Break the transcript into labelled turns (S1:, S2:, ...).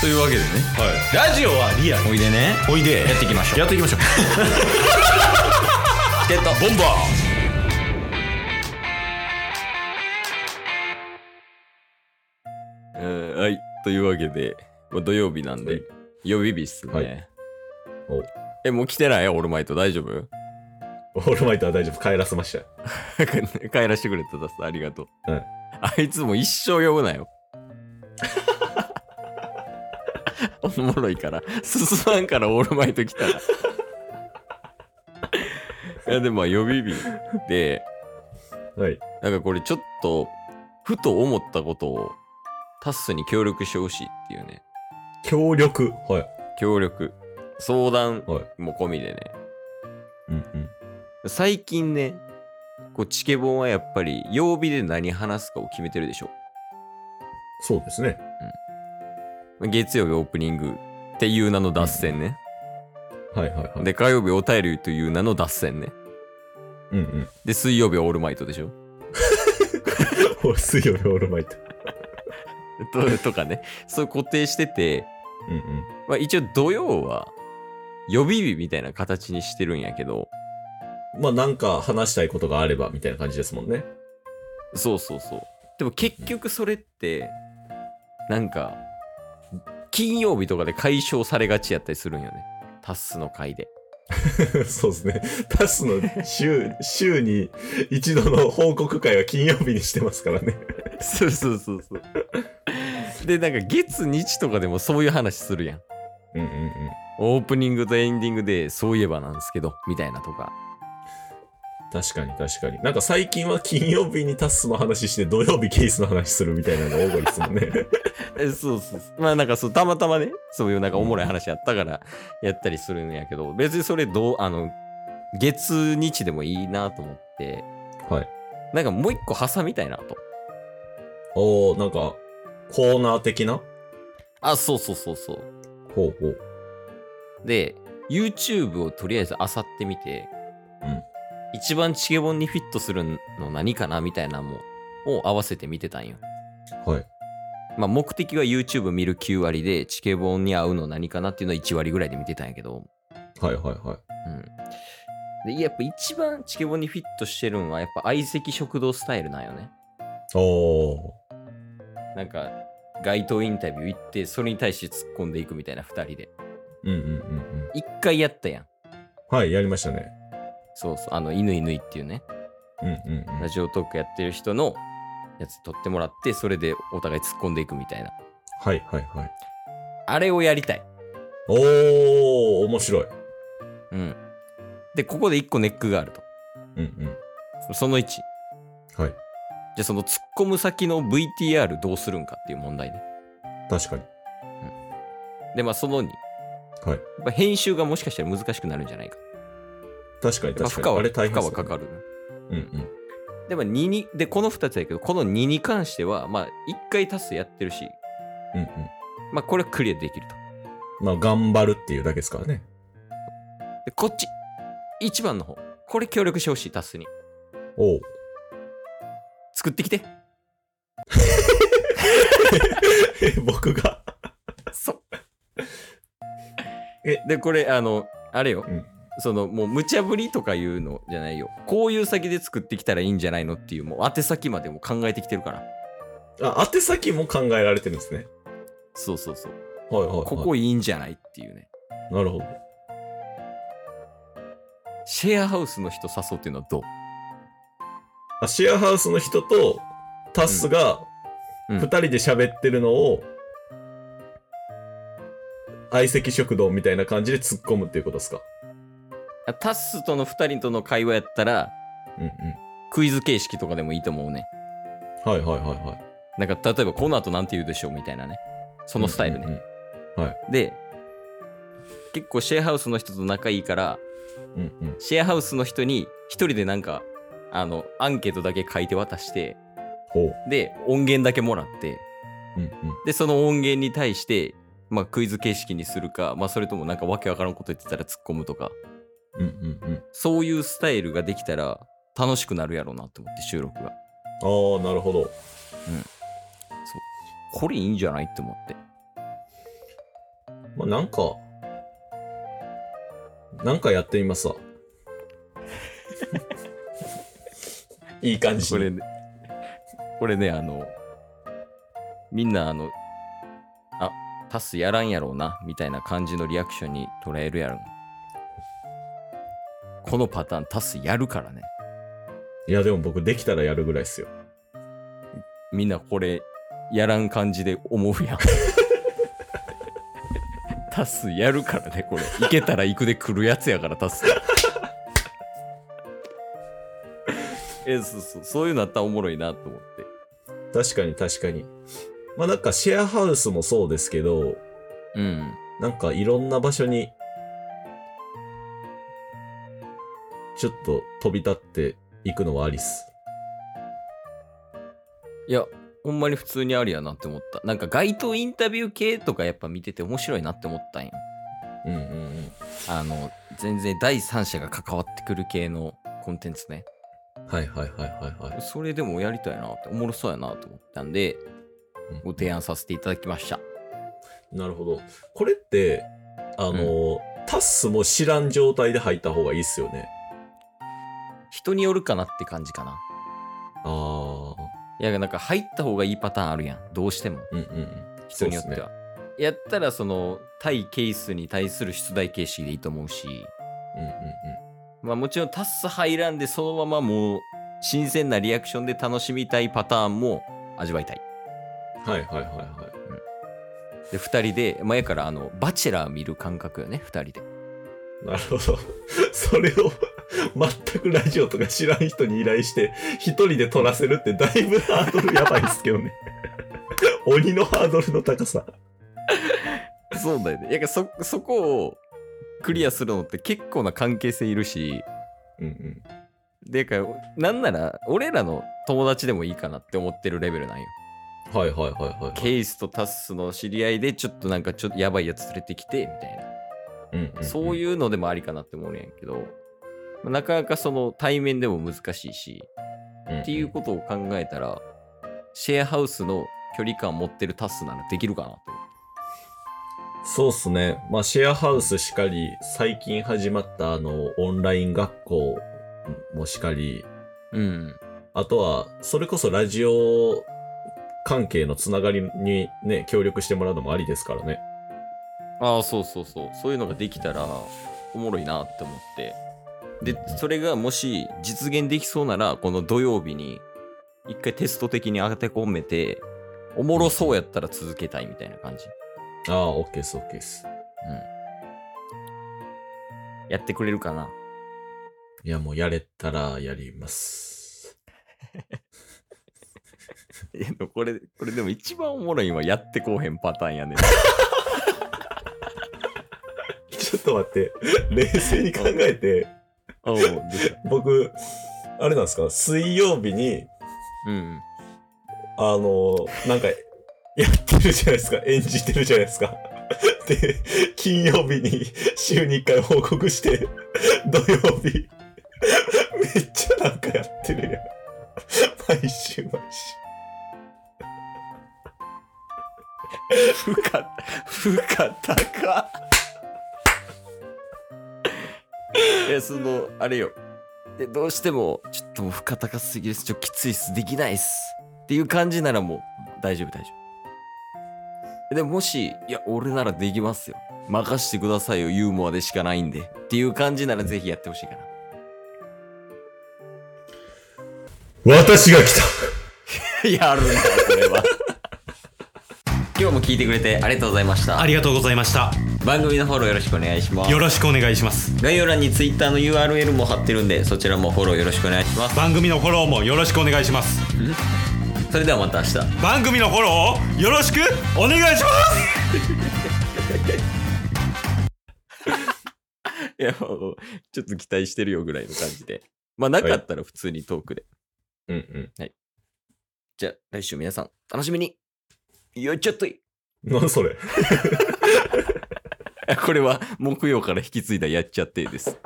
S1: というわけでね
S2: ラジオはリアル
S1: おいでね
S2: おいで
S1: やっていきましょう
S2: やっていきましょう
S1: チケットボンバーえー、はいというわけで、まあ、土曜日なんで、
S2: はい
S1: 予備日っすね、
S2: はいお
S1: えもう来てないオールマイト大丈夫
S2: オールマイトは大丈夫帰らせましたよ
S1: 帰らしてくれたださありがとう、
S2: はい
S1: あいつも一生呼ぶな よおもろいから進まんからオールマイト来 たらいやでもまあ予備日で
S2: はい
S1: なんかこれちょっと、ふと思ったことをタッスに協力してほしいっていうね。
S2: 協力はい
S1: 協力。相談
S2: はい
S1: も込みでね。
S2: うんうん
S1: 最近ね、こうチケボンはやっぱり曜日で何話すかを決めてるでしょ。
S2: そうですね
S1: 月曜日オープニングっていう名の脱線ね。
S2: はいはいはい
S1: で、火曜日お便りという名の脱線ね。
S2: うんうん
S1: で、水曜日はオールマイトでしょ。
S2: お水曜日オールマイト
S1: ととかね。そう固定してて、
S2: うんうん
S1: まあ一応土曜は予備日みたいな形にしてるんやけど、
S2: まあなんか話したいことがあればみたいな感じですもんね
S1: そうそうそう。でも結局それって、なんか、金曜日とかで解消されがちやったりするんよね。タスの回で。
S2: そうですね。タスの週、週に一度の報告会は金曜日にしてますからね。
S1: そうそうそうそう。 で、なんか月日とかでもそういう話するやん。
S2: うんうんうん。
S1: オープニングとエンディングで、そういえばなんですけど、みたいなとか。
S2: 確かに確かに。なんか最近は金曜日にタスの話して土曜日ケースの話するみたいなのが多いですもんね。
S1: えそうそうそうまあなんかそう、たまたまね、そういうなんかおもろい話やったから、やったりするんやけど、別にそれどう、あの、月日でもいいなと思って、
S2: はい。
S1: なんかもう一個挟みたいなと。
S2: おー、なんかコーナー的な
S1: あ、そうそうそうそう。
S2: ほうほう。
S1: で、YouTube をとりあえず漁ってみて、
S2: うん
S1: 一番チゲボンにフィットするの何かなみたいなのも、を合わせて見てたんよ。
S2: はい。
S1: まあ、目的は YouTube 見る9割で、チケボンに合うの何かなっていうのは1割ぐらいで見てたんやけど、
S2: はいはいはい。
S1: うん。で、やっぱ一番チケボンにフィットしてるのは、やっぱ相席食堂スタイルなんよね。
S2: おー。
S1: なんか、街頭インタビュー行って、それに対して突っ込んでいくみたいな2人で。
S2: うんうんうんうん。
S1: 一回やったやん。
S2: はい、やりましたね。
S1: そうそう、あの、犬犬っていうね。
S2: うんうんうん
S1: ラ。ジオトークやってる人のやつ撮ってもらって、それでお互い突っ込んでいくみたいな。
S2: はいはいはい。
S1: あれをやりたい。
S2: おー、面白い。
S1: うん。で、ここで一個ネックがあると。
S2: うんうん。
S1: その1。じ
S2: はい。
S1: ゃあその突っ込む先の VTR どうするんかっていう問題ね。
S2: 確かに。
S1: で、まあその2。
S2: はい。
S1: やっぱ編集がもしかしたら難しくなるんじゃないか。
S2: 確かに
S1: やっぱ
S2: 確
S1: 負
S2: か
S1: 荷
S2: に。
S1: は
S2: あれ大変
S1: 負
S2: で
S1: 荷は
S2: すよね
S1: かかる。
S2: うんうん。
S1: で、まあ2に、で、この2つやけど、この2に関しては、まあ1回達成やってるし、
S2: うんうん。
S1: まあこれはクリアできると。
S2: まあ、頑張るっていうだけですからね。
S1: で、こっち。1番の方。これ協力してほしい、達成に。
S2: おう。
S1: 作ってきて。
S2: 僕が。
S1: そう。
S2: え
S1: で、これ、あの、あれよ。
S2: うん
S1: その、もう、無茶ぶりとかいうのじゃないよ。こういう先で作ってきたらいいんじゃないのっていう、もう、宛先までも考えてきてるから。
S2: あ、宛先も考えられてるんですね。
S1: そうそうそう。
S2: はいはい、はい。
S1: ここいいんじゃないっていうね。
S2: なるほど。
S1: シェアハウスの人誘うっていうのはどう
S2: あシェアハウスの人とタスが
S1: うん
S2: 二人で喋ってるのを、相席食堂みたいな感じで突っ込むっていうことですか。
S1: あタッスとの2人との会話やったら、
S2: うんうん。
S1: クイズ形式とかでもいいと思うね。
S2: はいはいはいはい。
S1: なんか、例えば、この後なんて言うでしょうみたいなね。そ
S2: こ
S1: のスタイルね。で、結構シェアハウスの人と仲いいから、
S2: うんうん。うんうん
S1: シェアハウスの人に一人でなんかあのアンケートだけ書いて渡して
S2: ほう。
S1: で音源だけもらって
S2: うんうん。
S1: でその音源に対して、まあ、クイズ形式にするか、まあ、それともなんかわけわからんこと言ってたら突っ込むとか
S2: うんうんうん。
S1: そういうスタイルができたら楽しくなるやろうなって思って収録が
S2: ああ、なるほど。
S1: これいいんじゃないって思って
S2: もなんか、なんかやって みますわ。いい感じ
S1: こ
S2: に。
S1: れね、これね、あの、みんな、あの、あ、タスやらんやろうな、みたいな感じのリアクションに捉えるやろ。このパターン、タスやるからね。
S2: いや、でも僕できたらやるぐらいっすよ。
S1: みんなこれ、やらん感じで思うや ん。タスやるからね、これ。行けたら行くで来るやつやから、タス。 え、そうそう、そういうのあったらおもろいなと思って。
S2: 確かに確かに。まあなんかシェアハウスもそうですけど、
S1: うん。
S2: なんかいろんな場所に、ちょっと飛び立っていくのはありっす。
S1: いや、ほんまに普通にありやなって思った。なんか街頭インタビュー系とかやっぱ見てて面白いなって思ったんよ。
S2: うんうんうん。
S1: あの、全然第三者が関わってくる系のコンテンツね。
S2: はいはいはいはいはい。
S1: それでもやりたいなって、おもろそうやなと思ったんで、ご提案させていただきました。
S2: なるほど。これって、あのー、タッスも知らん状態で入った方がいいっすよね。
S1: 人によるかなって感じかな。
S2: ああ。
S1: いや、なんか入った方がいいパターンあるやん。どうしても。
S2: うんうんうん。
S1: 人によっては。やったら、その、対ケースに対する出題形式でいいと思うし、
S2: うんうんうん。
S1: まあもちろんタッス入らんでそのままもう新鮮なリアクションで楽しみたいパターンも味わいたい。
S2: はいはいはいはい。
S1: で、二人で、前からあの、バチェラー見る感覚よね、二人で。
S2: なるほど。 それを全くラジオとか知らん人に依頼して、一人で撮らせるってだいぶハードルやばいっすけどね。 鬼のハードルの高さ。
S1: そうだよね。やっぱそ、そこをクリアするのって結構な関係性いるし、
S2: うんうん。
S1: でか、なんなら俺らの友達でもいいかなって思ってるレベルなんよ。
S2: はいはいはいはい。
S1: ケイスとタッスの知り合いでちょっとなんかちょっとやばいやつ連れてきて、みたいな。
S2: うんうん
S1: そう
S2: う
S1: いうのでもありかなって思うねんやけど、まあなかなかその対面でも難しいし、
S2: ん
S1: っていうことを考えたら、シェアハウスの距離感を持ってるタスならできるかなと思って。
S2: そうっすね。まあ、シェアハウスしかり、最近始まったあの、オンライン学校もしかり、
S1: うん。
S2: あとは、それこそラジオ関係のつながりにね、協力してもらうのもありですからね。
S1: ああ、そうそうそう。そういうのができたら、おもろいなって思って。で、それがもし実現できそうなら、この土曜日に、一回テスト的に当て込めて、おもろそうやったら続けたいみたいな感じ。
S2: ああ、オッケーっす、オッケーっす。
S1: うん。やってくれるかない
S2: や、もうやれたらやります。
S1: いやで もこれ、これでも一番おもろいのはやってこうへんパターンやねん。
S2: ちょっと待って、 冷静に考え て、
S1: おう
S2: 僕、あれなんですか、水曜日に、
S1: うん。
S2: あのなんか、やってるじゃないですか、演じてるじゃないですか。 で、金曜日に週に1回報告して、土曜日、めっちゃなんかやってるやん。毎週毎週。
S1: ふか、ふかたか。いや、その、あれよ。で、どうしても、ちょっともうふかたかすぎです。ちょっときついっす。できないっす。っていう感じならもう、大丈夫、大丈夫。で、もし、いや、俺ならできますよ。任してくださいよ、ユーモアでしかないんで。っていう感じならぜひやってほしいかな。
S2: 私が来 た
S1: やるんだ、これは。今日も聞いてくれてありがとうございました
S3: あ。りがとうございました。
S1: 番組のフォローよろしくお願いします
S3: よ。ろしくお願いします。
S1: 概要欄に Twitter の URL も貼ってるんで、そちらもフォローよろしくお願いします。
S3: 番組のフォローもよろしくお願いします。
S1: それではまた明日。
S3: 番組のフォローをよろしくお願いします
S1: いや、もうちょっと期待してるよぐらいの感じで。まあ、なかったら普通にトークで。
S2: うんうん。
S1: じゃあ、来週皆さん、楽しみによいちょっとい
S2: なんそれ
S1: これは、木曜から引き継いだやっちゃってです。